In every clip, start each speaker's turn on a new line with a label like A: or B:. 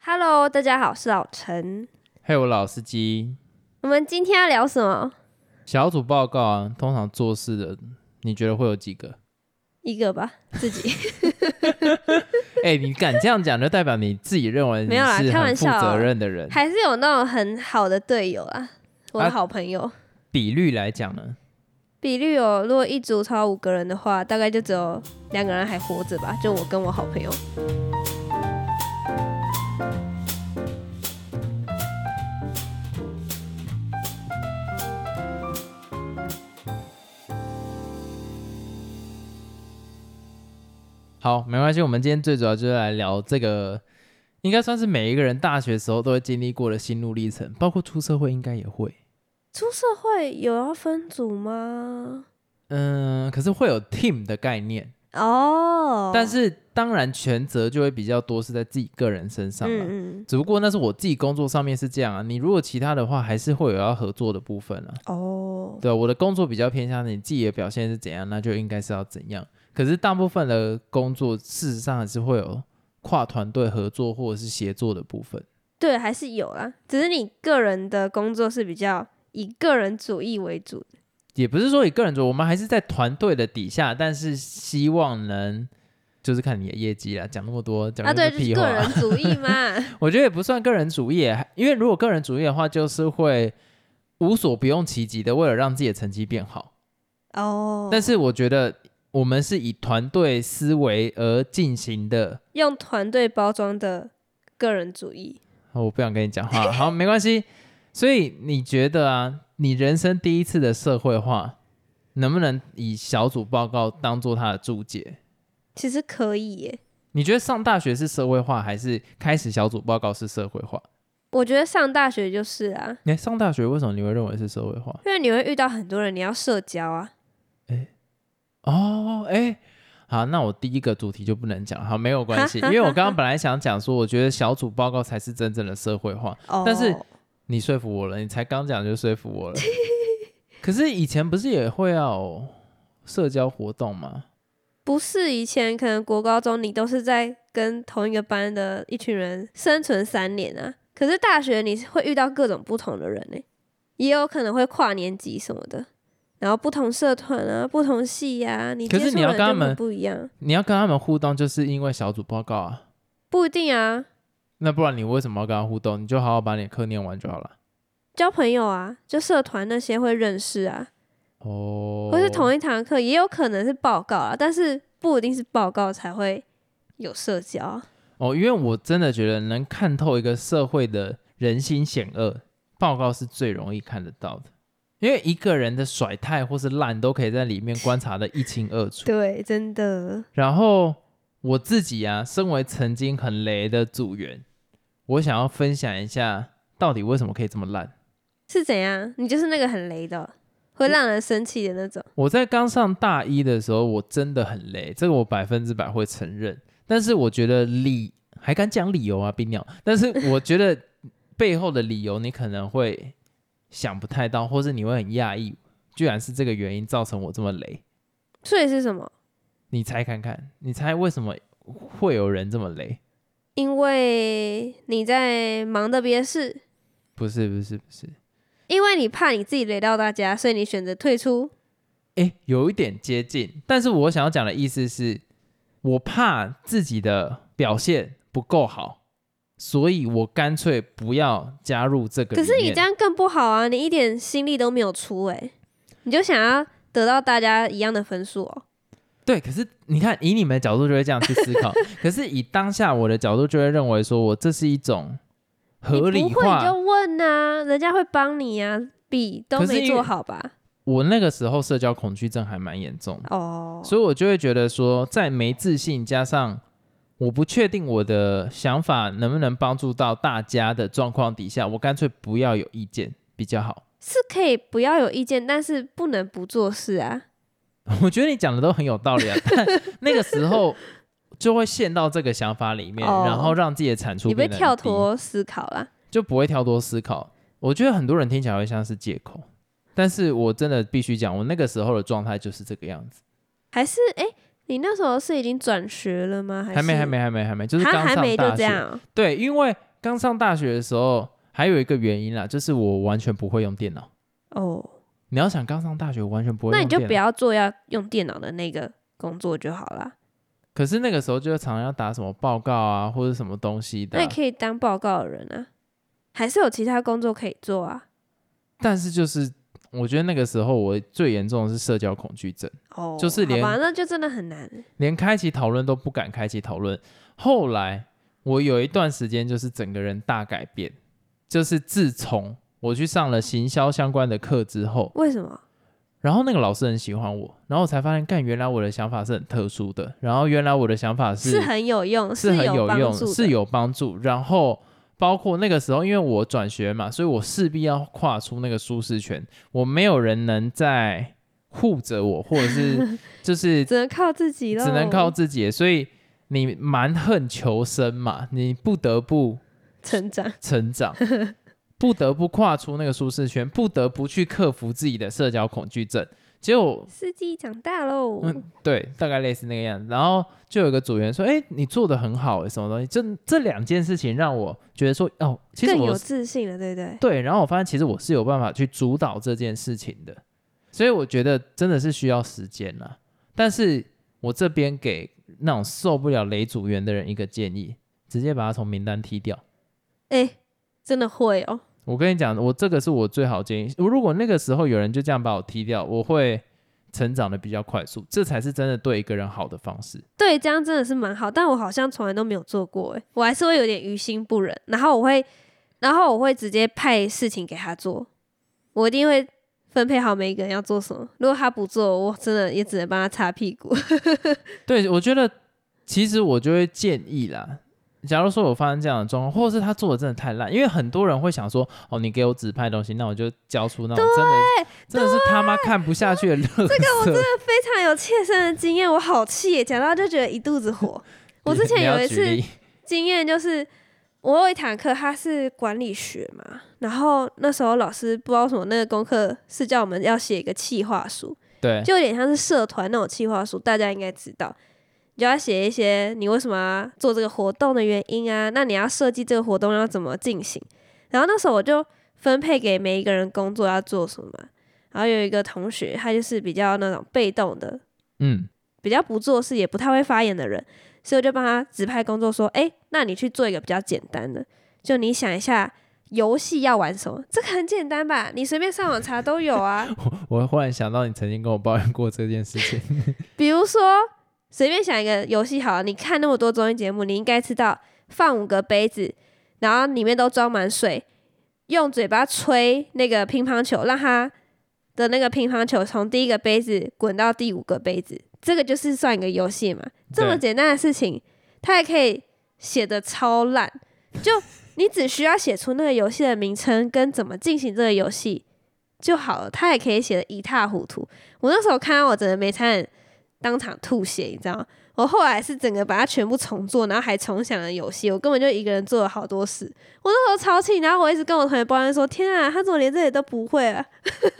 A: Hello，大家好，我是老陈。
B: 还有老司机
A: 我们今天要聊什么？
B: 小组报告啊，通常做事的，你觉得会有几个？
A: 一个 吧，自己
B: 哎、你敢这样讲，就代表你自己认为你
A: 没有啦
B: 是
A: 开玩
B: 很负
A: 笑啊
B: 责任的人。
A: 还是有那种很好的队友啊，我的
B: 啊
A: 好朋友。
B: 比率来讲呢，
A: 比率有，如果一组超五个人的话，大概就只有两个人还活着吧，就我跟我好朋友。
B: 好，没关系，我们今天最主要就是来聊这个，应该算是每一个人大学时候都会经历过的心路历程，包括出社会应该也会。
A: 出社会有要分组吗？
B: 嗯，可是会有 team 的概念，
A: 哦、
B: 但是当然全责就会比较多是在自己个人身上了。
A: 嗯嗯，
B: 只不过那是我自己工作上面是这样啊，你如果其他的话，还是会有要合作的部分啊。
A: 哦、
B: 对，我的工作比较偏向你自己的表现是怎样，那就应该是要怎样。可是大部分的工作事实上还是会有跨团队合作或者是协作的部分。
A: 对，还是有啦，只是你个人的工作是比较以个人主义为主的
B: 也不是说以个人做，我们还是在团队的底下，但是希望能就是看你的业绩啦。讲那么多，讲
A: 啊，
B: 那
A: 对，
B: 么
A: 就
B: 多
A: 是
B: 屁话，
A: 个人主义嘛。
B: 我觉得也不算个人主义耶，因为如果个人主义的话，就是会无所不用其极的为了让自己的成绩变好。
A: 哦，
B: 但是我觉得我们是以团队思维而进行的。
A: 用团队包装的个人主义。
B: 哦我不想跟你讲话，好，没关系。所以你觉得啊，你人生第一次的社会化，能不能以小组报告当做它的注解？
A: 其实可以耶，
B: 你觉得上大学是社会化，还是开始小组报告是社会化？
A: 我觉得上大学就是啊，
B: 你上大学为什么你会认为是社会化？
A: 因为你会遇到很多人，你要社交啊。
B: 哦，哎，好，那我第一个主题就不能讲，好，没有关 系，因为我刚刚本来想讲说，我觉得小组报告才是真正的社会化，
A: 哦，
B: 但是你说服我了，你才刚讲就说服 我了。可是以前不是也会要社交活动吗？
A: 不是以前可能国高中你都是在跟同一个班的一群人生存三年啊，可是大学你是会遇到各种不同的人呢，也有可能会跨年级什么的。然后不同社团啊，不同系呀、啊，你
B: 可
A: 接
B: 是
A: 触
B: 你要
A: 的人
B: 跟他
A: 就很
B: 们
A: 不一样，
B: 你要跟他们互动，就是因为小组报告啊。
A: 不一定啊，
B: 那不然你为什么要跟他互动？你就好好把你的课念完就好了。
A: 交朋友啊，就社团那些会认识啊，
B: 哦，
A: 或是同一堂课，也有可能是报告啊，但是不一定是报告才会有社交啊。
B: 哦，因为我真的觉得能看透一个社会的人心险恶，报告是最容易看得到的。因为一个人的甩态或是烂，都可以在里面观察的一清二楚。
A: 对，真的
B: 然后我自己啊，身为曾经很雷的组员，我想要分享一下，到底为什么可以这么烂。
A: 是怎样？你就是那个很雷的哦，会让人生气的那种。
B: 我在刚上大一的时候，我真的很雷，这个我百分之百会承认。但是我觉得理还敢讲理由啊，冰鸟。但是我觉得背后的理由你可能会想不太到，或是你会很讶异，居然是这个原因造成我这么雷。
A: 所以是什么？
B: 你猜看看，你猜为什么会有人这么雷？
A: 因为你在忙的别的事，
B: 不是不是不是，
A: 因为你怕你自己雷到大家，所以你选择退出。
B: 诶，有一点接近，但是我想要讲的意思是，我怕自己的表现不够好，所以我干脆不要加入这
A: 可
B: 个里面。
A: 是你这样更不好啊！你一点心力都没有出、欸，你就想要得到大家一样的分数哦。
B: 对，可是你看，以你们的角度就会这样去思 考，可是以当下我的角度就会认为说，我这是一种合理
A: 你不会你就
B: 化。
A: 问啊，人家会帮你啊，比都
B: 可是
A: 没
B: 因
A: 做
B: 为
A: 好吧？
B: 我那个时候社交恐惧症还蛮严重的。
A: 哦，
B: 所以我就会觉得说，在没自信加上我不确定我的想法能不能帮助到大家的状况底下，我干脆不要有意见比较好。
A: 是可以不要有意见，但是不能不做事啊。
B: 我觉得你讲的都很有道理 啊，但那个时候就会陷到这个想法里面，
A: 哦
B: 然后让自己的产出
A: 你被
B: 变得很
A: 跳
B: 低，
A: 脱思考啦。
B: 就不会跳脱思考。我觉得很多人听起来会像是借口，但是我真的必须讲，我那个时候的状态就是这个样子。
A: 还是哎、诶你那时候是已经转学了吗？还是
B: 还没，还没，还没，还没，就是
A: 哈
B: 刚
A: 还
B: 上
A: 没就
B: 大
A: 这
B: 学。
A: 样哦、
B: 对，因为刚上大学的时候，还有一个原因啦，就是我完全不会用电脑。
A: 哦，
B: 你要想刚上大学我完全不会
A: 那你
B: 用电
A: 就
B: 脑，
A: 不要做要用电脑的那个工作就好啦。
B: 可是那个时候就常常要打什么报告啊，或者什么东西的
A: 那
B: 啊、
A: 你可以当报告的人啊，还是有其他工作可以做啊。
B: 但是就是我觉得那个时候我最严重的是社交恐惧症，
A: 哦，
B: 就是连
A: 好吧，那就真的很难。
B: 连开启讨论都不敢开启讨论。后来我有一段时间就是整个人大改变，就是自从我去上了行销相关的课之后，
A: 为什么？
B: 然后那个老师很喜欢我，然后我才发现，干，原来我的想法是很特殊的，然后原来我的想法
A: 是很有用，
B: 是很
A: 有
B: 有
A: 帮
B: 用，
A: 助的
B: 是有帮助。然后包括那个时候，因为我转学嘛，所以我势必要跨出那个舒适圈，我没有人能再护着我，或者 是就是
A: 只能靠自己了，
B: 只能靠自己，所以你蛮横求生嘛，你不得不
A: 成长。
B: 成 长，不得不跨出那个舒适圈，不得不去克服自己的社交恐惧症。结果
A: 司机长大喽，
B: 嗯，对，大概类似那个样子。然后就有一个组员说：“哎、你做的很好、诶，什么东西？”这这两件事情让我觉得说：“哦，其实
A: 更有
B: 我
A: 自信了，对不对？
B: 对。”然后我发现其实我是有办法去主导这件事情的，所以我觉得真的是需要时间啦。但是我这边给那种受不了雷组员的人一个建议，直接把他从名单踢掉。
A: 哎、真的会哦，
B: 我跟你讲，我这个是我最好建议。如果那个时候有人就这样把我踢掉，我会成长的比较快速，这才是真的对一个人好的方式。
A: 对，这样真的是蛮好，但我好像从来都没有做过，哎，我还是会有点于心不忍，然后我会，然后我会直接派事情给他做，我一定会分配好每一个人要做什么，如果他不做，我真的也只能帮他擦屁 股。
B: 对，我觉得其实我就会建议啦。假如说我发生这样的状况，或者是他做的真的太烂，因为很多人会想说，哦，你给我指派东西，那我就交出那种真的真的是他妈看不下去的垃圾。这个我真的
A: 非常有切身的经验，我好气耶，讲到就觉得一肚子火。我之前有一次经验就是，我有一堂课，它是管理学嘛，然后那时候老师不知道为什么，那个功课是叫我们要写一个企划书，
B: 对
A: 就有点像是社团那种企划书，大家应该知道。你就要写一些你为什么要做这个活动的原因啊，那你要设计这个活动要怎么进行。然后那时候我就分配给每一个人工作要做什么嘛，然后有一个同学他就是比较那种被动的，
B: 嗯，
A: 比较不做事也不太会发言的人，所以我就帮他指派工作，说：“哎、那你去做一个比较简单的，就你想一下游戏要玩什么，这个很简单吧？你随便上网查都有啊。
B: 我忽然想到你曾经跟我抱怨过这件事情，
A: 比如说，随便想一个游戏好了，你看那么多综艺节目，你应该知道放五个杯子，然后里面都装满水，用嘴巴吹那个乒乓球，让它的那个乒乓球从第一个杯子滚到第五个杯子，这个就是算一个游戏嘛。这么
B: 对
A: 简单的事情，它也可以写的超烂，就你只需要写出那个游戏的名称跟怎么进行这个游戏就好了，它也可以写的一塌糊涂。我那时候看到我整个没差点当场吐血，你知道吗？我后来是整个把它全部重做，然后还重想了游戏，我根本就一个人做了好多事。我那时候超气，然后我一直跟我同学抱怨说：“天啊，他怎么连这里都不会啊？”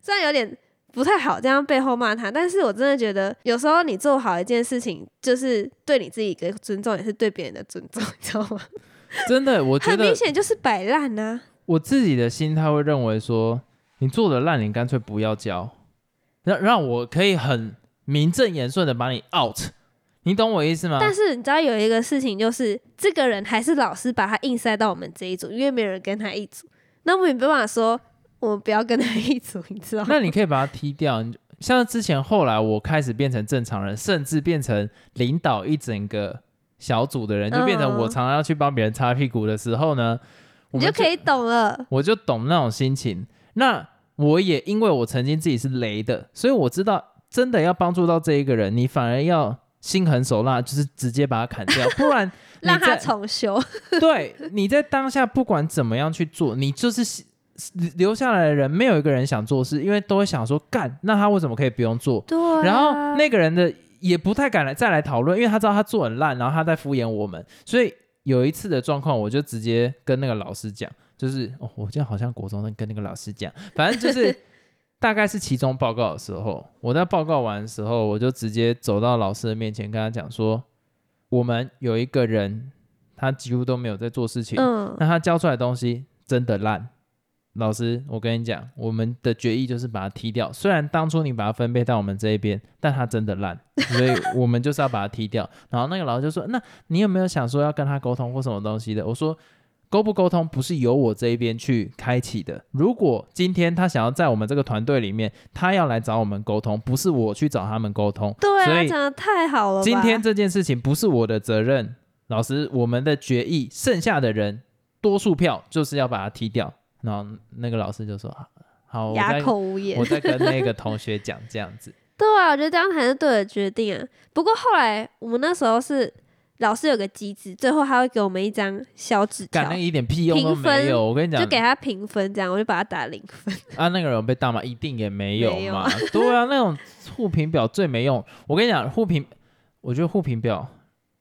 A: 虽然有点不太好这样背后骂他，但是我真的觉得有时候你做好一件事情，就是对你自己一个尊重，也是对别人的尊重，你知道吗？
B: 真的，我觉
A: 很
B: 得
A: 明显就是摆烂啊呐、
B: 我自己的心态会认为说，你做的烂，你干脆不要交，让让我可以很名正言顺的把你 out，你懂我意思吗？
A: 但是你知道有一个事情，就是这个人还是老师把他硬塞到我们这一组，因为没有人跟他一组，那我们也没办法说我们不要跟他一组，你知道 吗？
B: 那你可以把它踢掉。你就像之前后来我开始变成正常人，甚至变成领导一整个小组的人，就变成
A: 嗯
B: 我常常要去帮别人擦屁股的时候呢，我
A: 你
B: 们
A: 就可以懂了。
B: 我就懂那种心情。那我也因为我曾经自己是雷的，所以我知道真的要帮助到这一个人，你反而要心狠手辣，就是直接把他砍 掉，不然你
A: 让他
B: 在
A: 重 修，
B: 对你在当下不管怎么样去做，你就是是留下来的人，没有一个人想做事，因为都会想说干，那他为什么可以不用做？
A: 对啊、
B: 然后那个人的也不太敢来再来讨论，因为他知道他做很烂，然后他在敷衍我们。所以有一次的状况，我就直接跟那个老师讲，就是哦，我这样好像国中生跟那个老师讲，反正就是 大概是期中报告的时候，我在报告完的时候，我就直接走到老师的面前，跟他讲说，我们有一个人他几乎都没有在做事情，
A: 嗯
B: 那他教出来的东西真的烂。老师，我跟你讲，我们的决议就是把它踢掉。虽然当初你把它分配到我们这一边，但它真的烂，所以我们就是要把它踢掉。然后那个老师就说：“那你有没有想说要跟他沟通或什么东西的？”我说：“沟不沟通不是由我这一边去开启的。如果今天他想要在我们这个团队里面，他要来找我们沟通，不是我去找他们沟通。
A: 对
B: 所
A: 啊，
B: 以
A: 讲的太好了吧。
B: 今天这件事情不是我的责任，老师，我们的决议，剩下的人多数票就是要把它踢掉。然后那个老师就说：“好好，我
A: 哑
B: 再
A: 口无言
B: 我。再跟那个同学讲这样子。
A: 对啊，我觉得这样才是对的决定啊。不过后来我们那时候是老师有个机制，最后他会给我们一张小纸”条
B: 感，那一点屁用都
A: 评分
B: 没有。我跟你讲
A: 就，给他评分，这样我就把他打零分。
B: 啊，那个人被大骂一定也没有
A: 没有
B: 嘛。对啊，那种互评表最没用。我跟你讲，互评，我觉得互评表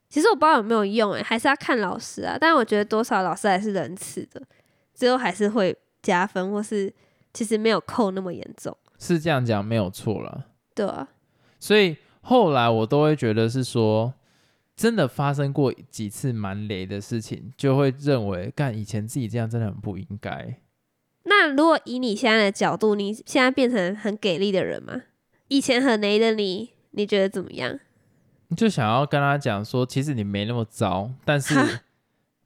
A: 其实我不知道有没有用、欸，还是要看老师啊。但我觉得多少老师还是仁慈的，最后还是会加分，或是其实没有扣那么严重。
B: 是这样讲没有错了。
A: 对啊，
B: 所以后来我都会觉得是说，真的发生过几次蛮雷的事情，就会认为干以前自己这样真的很不应该。
A: 那如果以你现在的角度，你现在变成很给力的人吗？以前很雷的你，你觉得怎么样？
B: 就想要跟他讲说，其实你没那么糟，但是
A: 哈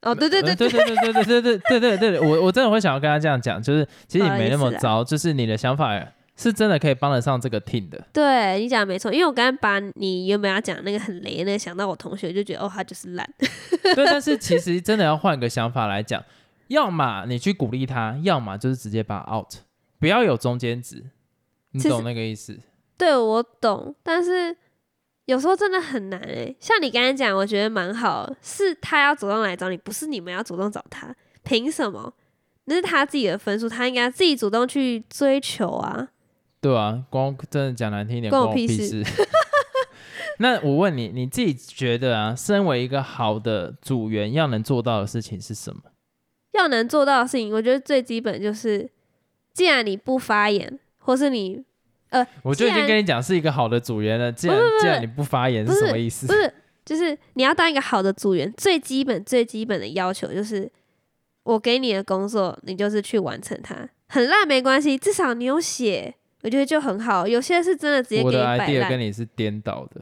A: 哦，对对对
B: 呃对对对对对对对对对对，我我真的会想要跟他这样讲，就是其实你没那
A: 不好
B: 么
A: 意思啦
B: 糟，就是你的想法是真的可以帮得上这个 team 的。
A: 对你讲的没错，因为我刚刚把你原本要讲那个很雷的那个想到我同学，就觉得哦，他就是烂。
B: 对，但是其实真的要换个想法来讲，要么你去鼓励他，要么就是直接把他 out，不要有中间值，你
A: 其实
B: 懂那个意思？
A: 对，我懂，但是有时候真的很难诶、像你刚才讲，我觉得蛮好，是他要主动来找你，不是你们要主动找他，凭什么？那是他自己的分数，他应该自己主动去追求啊。
B: 对啊，光真的讲难听一点，
A: 关
B: 关
A: 我
B: 我
A: 屁
B: 屁事。 那我问你，你自己觉得啊，身为一个好的组员，要能做到的事情是什么？
A: 要能做到的事情，我觉得最基本就是，既然你不发言，或是你
B: 我就已
A: 既
B: 经
A: 然
B: 跟你讲是一个好的组员了，既然
A: 不不不
B: 既然你不发言
A: 不
B: 是
A: 是
B: 什么意
A: 不
B: 思？
A: 是，就是你要当一个好的组员，最基本最基本的要求就是，我给你的工作，你就是去完成它，很烂没关系，至少你有写，我觉得就很好。有些是真的直接给
B: 我
A: 你
B: 的
A: 摆
B: idea
A: 烂
B: 跟，你是颠倒的。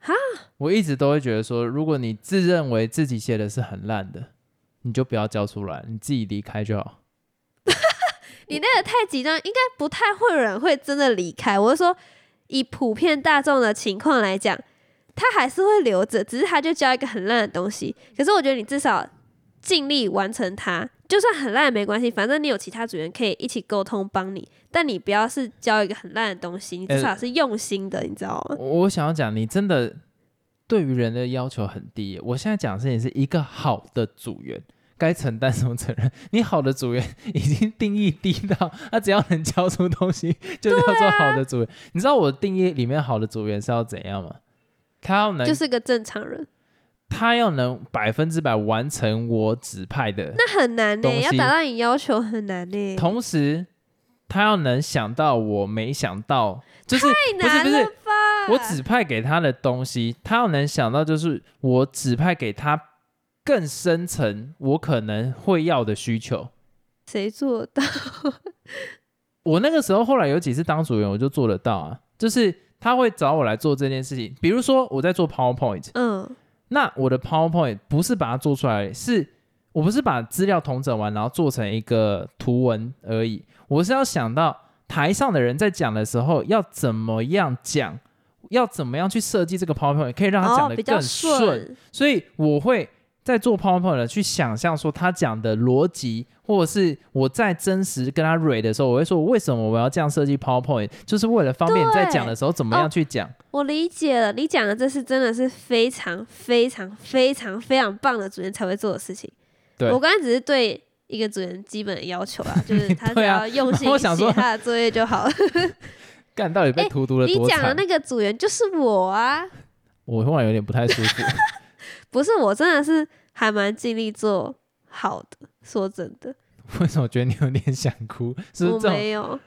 A: 哈，
B: 我一直都会觉得说，如果你自认为自己写的是很烂的，你就不要交出来，你自己离开就好。
A: 你那个太极端，应该不太会有人会真的离开。我是说，以普遍大众的情况来讲，他还是会留着，只是他就交一个很烂的东西。可是我觉得你至少尽力完成它，就算很烂也没关系，反正你有其他组员可以一起沟通帮你。但你不要是交一个很烂的东西，你至
B: 呃
A: 少是用心的，你知道 吗？
B: 我我想要讲，你真的对于人的要求很低耶。我现在讲的事情是一个好的组员该承担什么责任。你好的组员已经定义低到，他只要能交出东西，就叫做好的组员。你知道我的定义里面好的组员是要怎样吗？他要能，
A: 就是个正常人，
B: 他要能百分之百完成我指派的，
A: 那很难呢、
B: 东西
A: 要达到你要求很难欸呢、
B: 同时他要能想到我没想到，就是
A: 太
B: 不是不
A: 难了
B: 是
A: 吧？
B: 我指派给他的东西，他要能想到就是我指派给他更深层我可能会要的需求。
A: 谁做 得到？
B: 我那个时候后来有几次当组员，我就做得到啊，就是他会找我来做这件事情。比如说我在做 PowerPoint，
A: 嗯，
B: 那我的 PowerPoint 不是把它做出来，是我不是把资料统整完，然后做成一个图文而已。我是要想到台上的人在讲的时候要怎么样讲，要怎么样去设计这个 PowerPoint，可以让他讲
A: 哦，
B: 得
A: 比较
B: 更顺。
A: 顺。
B: 所以我会在做 PowerPoint 的去想象说他讲的逻辑，或者是我在真实跟他蕊的时候，我会说为什么我要这样设计 PowerPoint，就是为了方便你在讲的时候怎
A: 哦
B: 么样去讲。
A: 我理解了，你讲的这是真的是非常非常非常非常棒的主人才会做的事情。
B: 对
A: 我刚才只是对一个主人基本的要求啊， 就是他只
B: 对啊
A: 要用心
B: 我想说
A: 写他的作业就好了。
B: 干到底被
A: 哎
B: 荼毒了
A: 你
B: 多
A: 讲
B: 惨？
A: 的那个组员就是我啊，
B: 我忽然有点不太舒服。
A: 不是我，真的是还蛮尽力做好的。说真的，
B: 为什么觉得你有点想哭？是不
A: 我
B: 是这种？
A: 没有。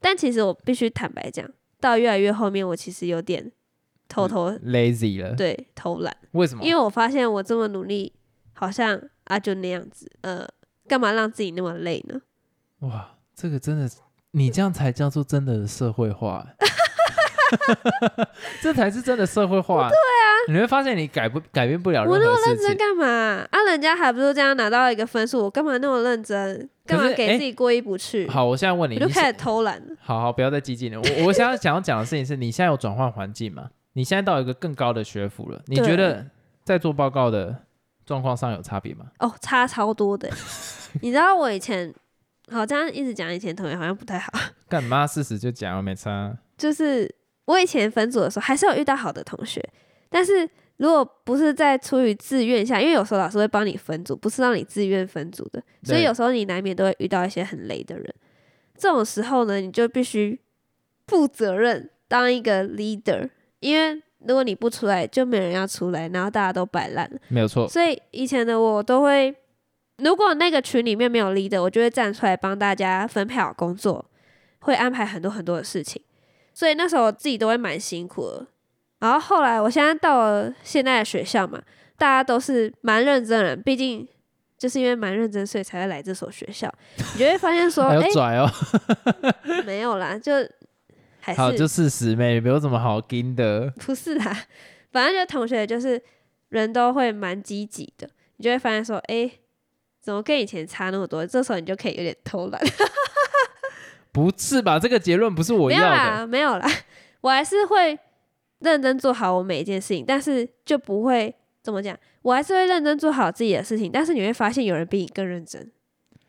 A: 但其实我必须坦白讲，到越来越后面，我其实有点偷偷、
B: 嗯 lazy 了，
A: 对偷懒，
B: 为什么？
A: 因为我发现我这么努力，好像啊就那样子，呃，干嘛让自己那么累呢？
B: 哇，这个真的是，你这样才叫做真的社会化， 这才是真的社会化。对啊，你会发现你改不改变不了任
A: 我那么
B: 何
A: 认
B: 事
A: 真
B: 情。
A: 干嘛啊？人家还不是这样拿到一个分数，我干嘛那么认真？干嘛
B: 可是
A: 给
B: 诶
A: 自己过意不去？
B: 好，我现在问你，
A: 我就
B: 你想
A: 开始偷懒了。
B: 好好不要再激进了。我我想要想要讲的事情是你现在有转换环境嘛？你现在到一个更高的学府了，你
A: 对
B: 觉得在做报告的状况上有差别吗？
A: 哦，差超多的欸。 你知道我以前，好这样一直讲以前同学好像不太好，
B: 干嘛事实就讲，没差。
A: 就是我以前分组的时候还是有遇到好的同学，但是如果不是在出于自愿下，因为有时候老师会帮你分组，不是让你自愿分组的，所以
B: 对
A: 有时候你难免都会遇到一些很雷的人。这种时候呢，你就必须负责任当一个 leader，因为如果你不出来，就没人要出来，然后大家都摆烂了。
B: 没有错，
A: 所以以前的我都会，如果那个群里面没有 leader，我就会站出来帮大家分配好工作，会安排很多很多的事情。所以那时候我自己都会蛮辛苦的。然后后来我现在到了现在的学校嘛，大家都是蛮认真的人，毕竟就是因为蛮认真，所以才会来这所学校。你就会发现说，
B: 还有
A: 哎、
B: 拽哦。
A: 没有啦，就还是
B: 好，就事实呗，没有什么好跟的。
A: 不是啦，反正就同学就是人都会蛮积极的，你就会发现说，哎、怎么跟以前差那么多？这时候你就可以有点偷懒。
B: 不是吧？这个结论不是我
A: 没
B: 要
A: 有
B: 的。
A: 啦，没有啦，我还是会认真做好我每一件事情，但是就不会怎么讲，我还是会认真做好自己的事情，但是你会发现有人比你更认真。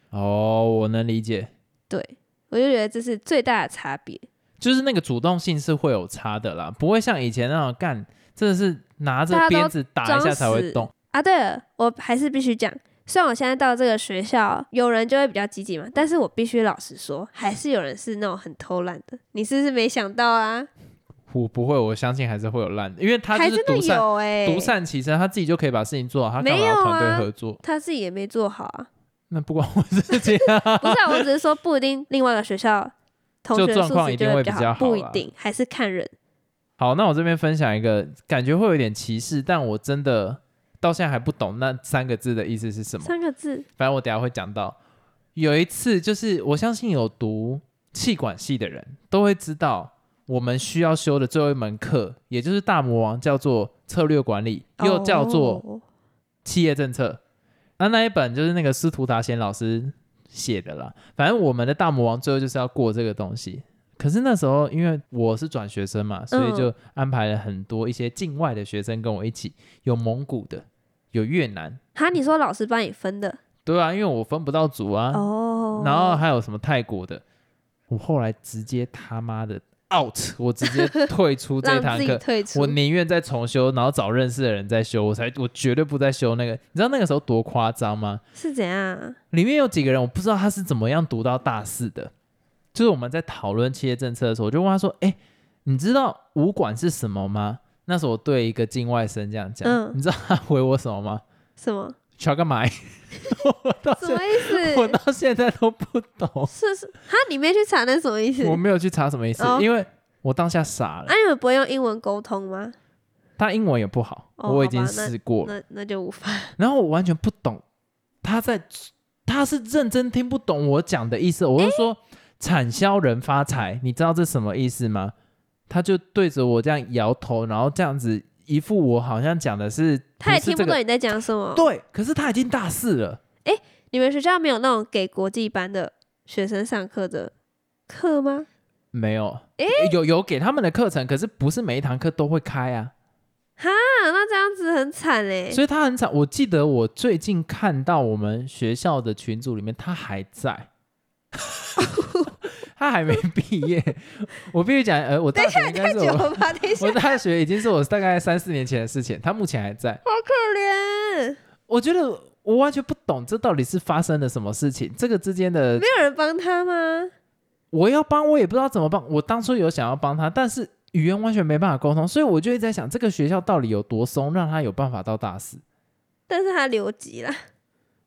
B: 哦，我能理解，
A: 对我就觉得这是最大的差别。
B: 就是那个主动性是会有差的啦，不会像以前那种干，真的是拿着
A: 大家都
B: 鞭子打一下才会动。
A: 啊，对了，我还是必须讲，虽然我现在到这个学校，有人就会比较积极嘛，但是我必须老实说，还是有人是那种很偷懒的。你是不是没想到啊？
B: 我不会，我相信还是会有烂的，因为他
A: 还
B: 就是
A: 真的
B: 独善
A: 有哎、
B: 独善其身，他自己就可以把事情做好，他干嘛
A: 没有
B: 要
A: 啊
B: 团队合作？
A: 他自己也没做好 啊。
B: 那不关我事情啊。
A: 不是、啊，我只是说不一定，另外一个学校同学
B: 就
A: 的
B: 状
A: 素
B: 况
A: 质
B: 一
A: 就
B: 定会
A: 会
B: 比较
A: 较
B: 好啊
A: 不一
B: 啦
A: 定，还是看人。
B: 好，那我这边分享一个，感觉会有点歧视，但我真的到现在还不懂那三个字的意思是什么。
A: 三个字，
B: 反正我等一下会讲到。有一次，就是我相信有读气管系的人都会知道，我们需要修的最后一门课，也就是大魔王，叫做策略管理， 又叫做
A: 哦
B: 企业政策。那那一本就是那个司徒达贤老师写的啦。反正我们的大魔王最后就是要过这个东西。可是那时候因为我是转学生嘛，所以就安排了很多一些境外的学生跟我一起，有蒙古的，有越南，
A: 哈，你说老师帮你分的
B: 对啊，因为我分不到组啊，
A: 哦，
B: 然后还有什么泰国的，我后来直接他妈的 out，我直接退出 这
A: 让
B: 堂
A: 自己
B: 课，
A: 退出
B: 我，宁愿再重修，然后找认识的人再修，我才我绝对不再修那个。你知道那个时候多夸张吗？
A: 是怎样啊？
B: 里面有几个人我不知道他是怎么样读到大四的，就是我们在讨论企业政策的时候，我就问他说：“哎、你知道武馆是什么吗？”那时候我对一个境外生这样讲，
A: 嗯
B: 你知道他回我什么吗？
A: 什么？
B: 乔干 嘛？我到
A: 什
B: 现
A: 么意思？
B: 我到现在都不懂。
A: 是是，哈，你没去查那什么意思？
B: 我没有去查什么意思，
A: 哦
B: 因为我当下傻了
A: 啊，。你们不会用英文沟通吗？
B: 他英文也不好，
A: 哦
B: 我已经试过了，
A: 那那就无法。
B: 然后我完全不懂他在，他是认真听不懂我讲的意思。我就说、产销人发财，你知道这什么意思吗？他就对着我这样摇头，然后这样子一副我好像讲的是
A: 他也
B: 是
A: 听
B: 这
A: 不懂
B: 个
A: 你在讲什么。
B: 对，可是他已经大四了，
A: 你们学校没有那种给国际班的学生上课的课吗？
B: 没有，有有给他们的课程，可是不是每一堂课都会开啊。
A: 啊，那这样子很惨欸嘞。
B: 所以他很惨。我记得我最近看到我们学校的群组里面，他还在， 他还没毕业。我必须讲，呃，我大学应该
A: 太
B: 是
A: 久
B: 我，
A: 了吧？等一下，
B: 我大学已经是我大概三四年前的事情，他目前还在。
A: 好可怜，
B: 我觉得我完全不懂这到底是发生了什么事情，这个之间的
A: 没有人帮他吗？
B: 我要帮我也不知道怎么帮。我当初有想要帮他，但是语言完全没办法沟通，所以我就一直在想，这个学校到底有多松，让他有办法到大四。
A: 但是他留级啦，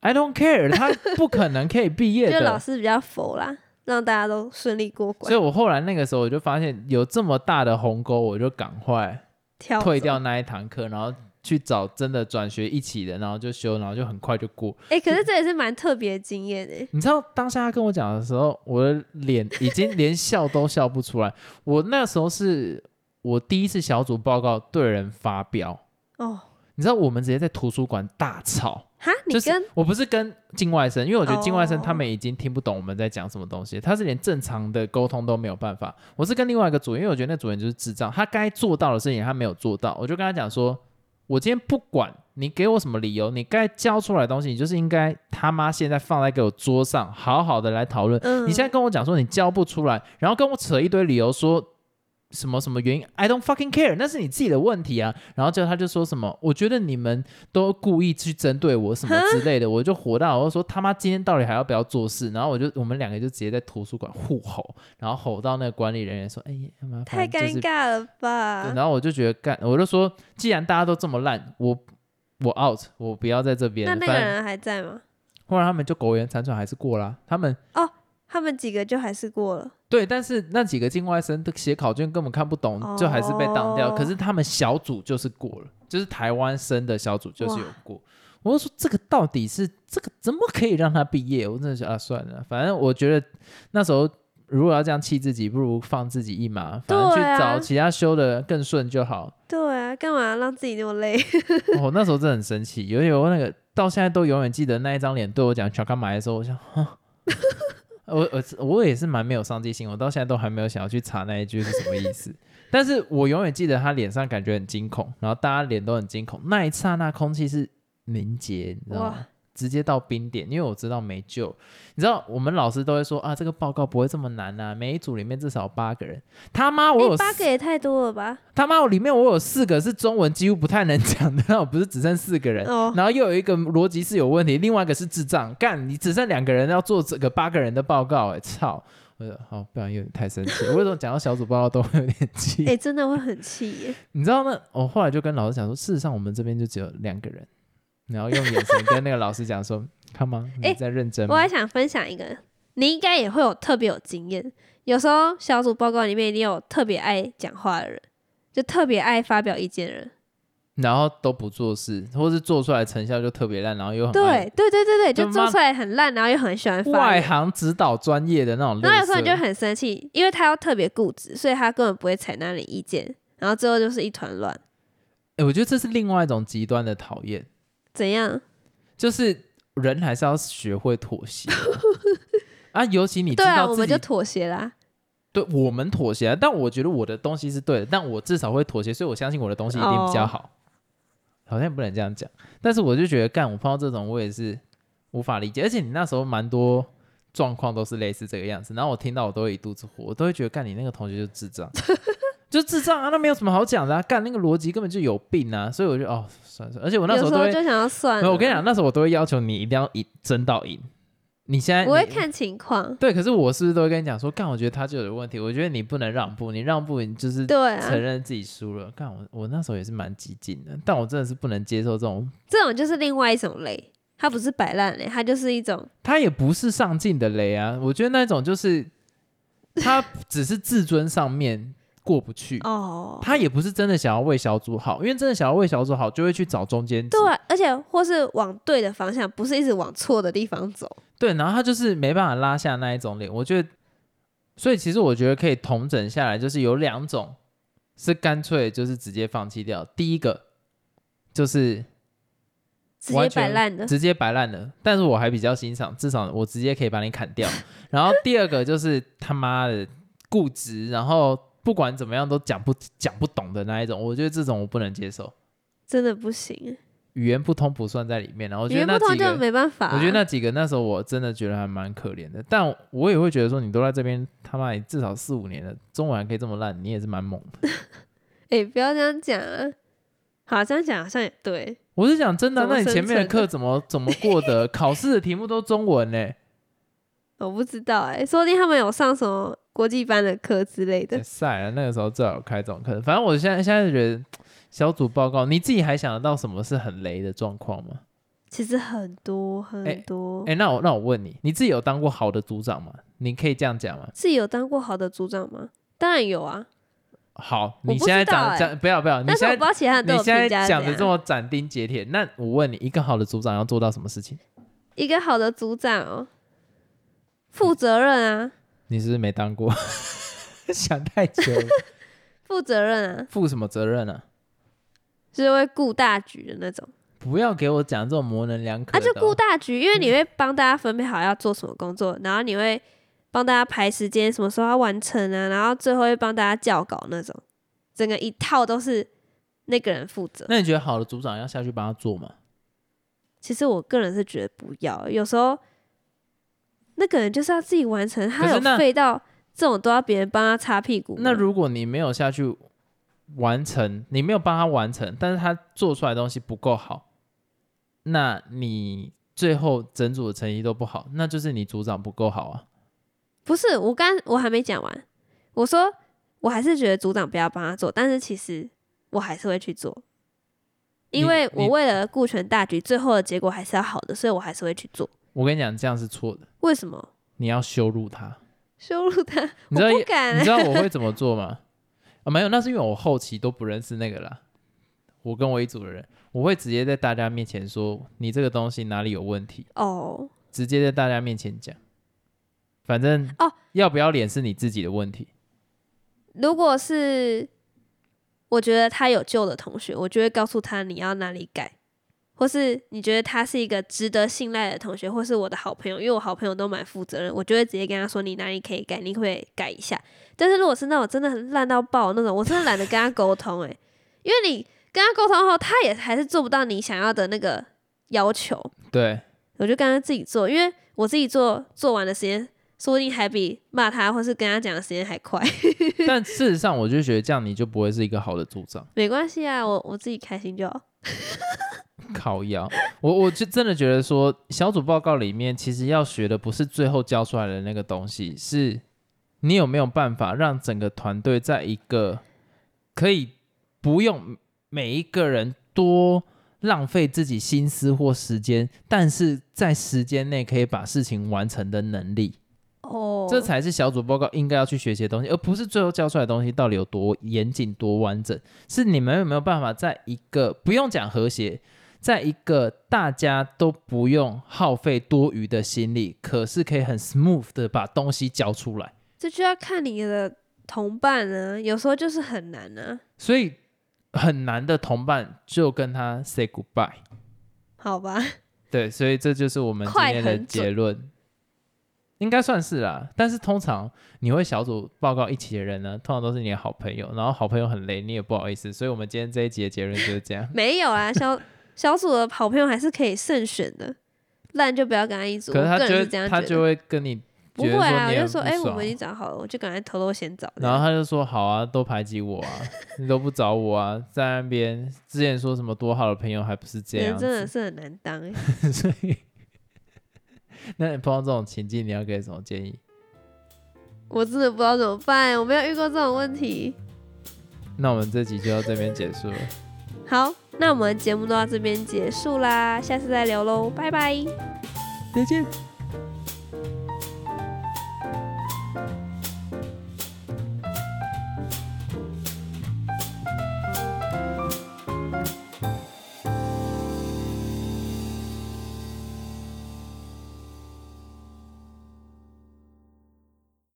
B: I don't care，他不可能可以 毕业
A: 就
B: 的。
A: 老师比较佛啦，让大家都顺利过
B: 所以
A: 关，
B: 我后来那个时候我就发现有这么大的鸿沟，我就赶快
A: 跳
B: 退
A: 走
B: 掉那一堂课，然后去找真的转学一起的，然后就修，然后就很快就过。
A: 哎、可是这也是蛮特别的经验哎、
B: 你知道当下他跟我讲的时候，我的脸已经连笑都笑不出来。我那时候是我第一次小组报告对人发表，
A: 哦，
B: 你知道我们直接在图书馆大吵。
A: 哈，你
B: 就
A: 跟、
B: 是我不是跟境外生，因为我觉得境外生
A: 哦
B: 他们已经听不懂我们在讲什么东西，他是连正常的沟通都没有办法。我是跟另外一个组员，因为我觉得那组员就是智障，他该做到的事情他没有做到，我就跟他讲说，我今天不管你给我什么理由，你该交出来的东西，你就是应该他妈现在放在给我桌上，好好的来讨论。
A: 嗯，
B: 你现在跟我讲说你交不出来，然后跟我扯一堆理由说什么什么原因，I don't fucking care，那是你自己的问题啊。然后就他就说什么，我觉得你们都故意去针对我什么之类的，我就火大，我就说他妈今天到底还要不要做事？然后我就我们两个就直接在图书馆互吼，然后吼到那个管理人员说，哎，麻烦
A: 太
B: 就是
A: 尴尬了吧
B: 对，？然后我就觉得干，我就说既然大家都这么烂，我。我 out，我不要在这边。
A: 那那
B: 反
A: 个
B: 正
A: 人还在吗？
B: 后来他们就苟延残喘，还是过啦。他们
A: 他们几个就还是过了，
B: 对，但是那几个境外生的写考卷根本看不懂，就还是被挡掉。
A: 哦
B: 可是他们小组就是过了，就是台湾生的小组就是有
A: 哇
B: 过。我就说这个到底是这个怎么可以让他毕业？我真的是啊，算了，反正我觉得那时候如果要这样气自己，不如放自己一马，反正去
A: 对啊
B: 找其他修的更顺就好。
A: 对啊，干嘛让自己那么累？
B: 我、哦那时候真的很生气，有有那个到现在都永远记得那一张脸对我讲乔干买的时候，我想，哼我我我也是蛮没有上进心，我到现在都还没有想要去查那一句是什么意思。但是我永远记得他脸上感觉很惊恐，然后大家脸都很惊恐，那一刹那空气是凝结，你知道吗
A: 哇？
B: 直接到冰点，因为我知道没救。你知道我们老师都会说啊，这个报告不会这么难啊，每一组里面至少八个人。他妈， 我有
A: 哎八
B: 四
A: 个也太多了吧？
B: 他妈，我里面我有四个是中文几乎不太能讲的，那我不是只剩四个人，
A: 哦
B: 然后又有一个逻辑是有问题，另外一个是智障，干你只剩两个人要做这个八个人的报告、哎操！我就好、不然有点太生气了。为什么讲到小组报告都会有点气？
A: 哎、真的会很气耶！
B: 你知道呢？我后来就跟老师讲说，事实上我们这边就只有两个人，然后用眼神跟那个老师讲说，看吗？你
A: 哎
B: 在认真
A: 我
B: 吗？
A: 还想分享一个，你应该也会有特别有经验。有时候小组报告里面一定有特别爱讲话的人，就特别爱发表意见的人。
B: 然后都不做事，或是做出来的成效就特别烂，然后又很爱
A: 对对对对对，
B: 就
A: 就做
B: 妈
A: 出来很烂，然后又很喜欢发
B: 外
A: 言。
B: 行指导专业的那种垃圾。
A: 然后有时候你就很生气，因为他又特别固执，所以他根本不会采纳你意见，然后最后就是一团乱。
B: 欸，我觉得这是另外一种极端的讨厌，
A: 怎样？
B: 就是人还是要学会妥协啊，尤其你知
A: 对啊，
B: 道
A: 我
B: 自
A: 们
B: 己
A: 就妥协啦。
B: 对我们妥协啊，但我觉得我的东西是对的，但我至少会妥协，所以我相信我的东西一定比较
A: 哦
B: 好。好像也不能这样讲，但是我就觉得，干我碰到这种，我也是无法理解。而且你那时候蛮多状况都是类似这个样子，然后我听到我都会一肚子火，我都会觉得，干你那个同学就是 智障，就智障啊，那没有什么好讲的啊，干那个逻辑根本就有病啊，所以我就哦算了算了，而且我那时
A: 有
B: 候
A: 时
B: 都
A: 候
B: 会
A: 就想要算
B: 没
A: 了。
B: 有，我跟你讲，那时候我都会要求你一定要赢，争到赢。你现在
A: 我会
B: 你
A: 看情况。
B: 对，可是我是不是都会跟你讲说，干，我觉得他就有问题，我觉得你不能让步，你让步你就是
A: 对啊
B: 承，认自己输了。干，我我那时候也是蛮激进的，但我真的是不能接受这种，
A: 这种就是另外一种雷，它不是摆烂雷，它就是一种
B: 他也不是上进的雷啊，我觉得那种就是他只是自尊上面过不去。
A: 哦，
B: 他也不是真的想要为小组好，因为真的想要为小组好，就会去找中间值。
A: 对啊，而且或是往对的方向，不是一直往错的地方走。
B: 对，然后他就是没办法拉下那一种脸，我觉得，所以其实我觉得可以统整下来，就是有两种是干脆就是直接放弃掉，第一个就是
A: 直
B: 完
A: 接
B: 全
A: 摆烂的，
B: 直接摆烂了，但是我还比较欣赏，至少我直接可以把你砍掉。然后第二个就是他妈的固执，然后不管怎么样都讲不讲不懂的那一种，我觉得这种我不能接受，
A: 真的不行，啊
B: 语言不通不算在里面。然后啊我
A: 语
B: 觉得
A: 言
B: 那
A: 不通就
B: 几个
A: 没办法啊、
B: 我觉得那几个那时候我真的觉得还蛮可怜的，但我也会觉得说你都在这边他妈也至少四五年了，中文还可以这么烂，你也是蛮猛的。
A: 哎、不要这样讲啊！好，这样讲好像也对，
B: 我是讲真的啊，
A: 怎么
B: 那你前面的
A: 生存
B: 课怎么 怎么过的？考试的题目都中 文呢、
A: 我不知道哎、说不定他们有上什么国际班的课之类的
B: 欸，。晒了那个时候最好有开这种课。反正我现在现在觉得小组报告，你自己还想得到什么是很雷的状况吗？
A: 其实很多很多、
B: 哎、那我那我问你，你自己有当过好的组长吗？你可以这样讲吗？
A: 自己有当过好的组长吗？当然有啊，
B: 好，
A: 我
B: 你
A: 不
B: 现在
A: 知道
B: 讲
A: 欸
B: 讲不要不要，你
A: 但是我
B: 现
A: 不知
B: 在
A: 道其他人对
B: 你
A: 我
B: 现在
A: 评价是
B: 讲
A: 怎
B: 的
A: 样啊
B: 这么斩钉截铁，那我问你，一个好的组长要做到什么事情？
A: 一个好的组长哦，负责任啊，
B: 你是不是没当过？ 想太久了，
A: 负责任啊，
B: 负什么责任啊？
A: 就是会顾大局的那种。
B: 不要给我讲这种模棱两可
A: 啊，
B: 的哦。
A: 就顾大局，因为你会帮大家分配好要做什么工作，然后你会帮大家排时间，什么时候要完成啊，然后最后会帮大家校稿那种，整个一套都是那个人负责。
B: 那你觉得好的组长要下去帮他做吗？
A: 其实我个人是觉得不要，有时候那个人就是要自己完成，他
B: 可是
A: 有
B: 那
A: 废到这种都要别人帮他擦屁股吗。
B: 那如果你没有下去完成，你没有帮他完成，但是他做出来的东西不够好，那你最后整组的成绩都不好，那就是你组长不够好啊。
A: 不是我刚我还没讲完，我说我还是觉得组长不要帮他做，但是其实我还是会去做，
B: 你
A: 因为
B: 你
A: 我为了顾全大局，最后的结果还是要好的，所以我还是会去做。
B: 我跟你讲，这样是错的，
A: 为什么
B: 你要羞辱他。
A: 羞辱他？
B: 你知道
A: 我不敢、
B: 你知道我会怎么做吗？ 啊，没有，那是因为我后期都不认识那个啦。我跟我一组的人，我会直接在大家面前说你这个东西哪里有问题，
A: 哦
B: 直接在大家面前讲。反正
A: 哦
B: 要不要脸是你自己的问题。
A: 如果是我觉得他有救的同学，我就会告诉他你要哪里改，或是你觉得他是一个值得信赖的同学，或是我的好朋友，因为我好朋友都蛮负责任，我就会直接跟他说你哪里可以改，你可不可以改一下。但是如果是那种真的很烂到爆那种，我真的懒得跟他沟通诶、因为你跟他沟通后，他也还是做不到你想要的那个要求，
B: 对，
A: 我就跟他自己做，因为我自己做做完的时间，说不定还比骂他或是跟他讲的时间还快。
B: 但事实上，我就觉得这样你就不会是一个好的组长。
A: 没关系啊，我我自己开心就好。
B: 靠腰，我我就真的觉得说，小组报告里面其实要学的不是最后教出来的那个东西，是你有没有办法让整个团队在一个可以不用每一个人多浪费自己心思或时间，但是在时间内可以把事情完成的能力，
A: 哦
B: 这才是小组报告应该要去学习的东西，而不是最后教出来的东西到底有多严谨、多完整。是你们有没有办法在一个不用讲和谐，在一个大家都不用耗费多余的心力，可是可以很 smooth 的把东西教出来。
A: 这就要看你的同伴啊，有时候就是很难啊。
B: 所以很难的同伴就跟他 say goodbye。
A: 好吧，
B: 对，所以这就是我们今
A: 快
B: 天的
A: 很准。
B: 结论，应该算是啦。但是通常你会小组报告一起的人呢，通常都是你的好朋友，然后好朋友很累，你也不好意思。所以我们今天这一集的结论就是这样
A: 没有啊，小小组的好朋友还是可以慎选的，烂就不要跟他一组。
B: 可是他
A: 我个
B: 就
A: 人
B: 会
A: 是这样
B: 他
A: 觉
B: 就
A: 得。
B: 会跟你
A: 不
B: 觉
A: 会
B: 得
A: 啊，
B: 说
A: 我
B: 你
A: 就
B: 很
A: 说，
B: 不
A: 哎、我
B: 爽
A: 们已经找好了，我就赶快偷偷先找。
B: 然后他就说好啊，都排挤我啊， 你都不找我啊，在那边之前说什么多好的朋友还不是这
A: 人
B: 样
A: 真的
B: 子，
A: 是很难当、欸。
B: 所以。那你碰到这种情境，你要给什么建议？
A: 我真的不知道怎么办，我没有遇过这种问题。
B: 那我们这集就到这边结束了，
A: 好，那我们节目都到这边结束啦，下次再聊喽，拜拜。
B: 再见。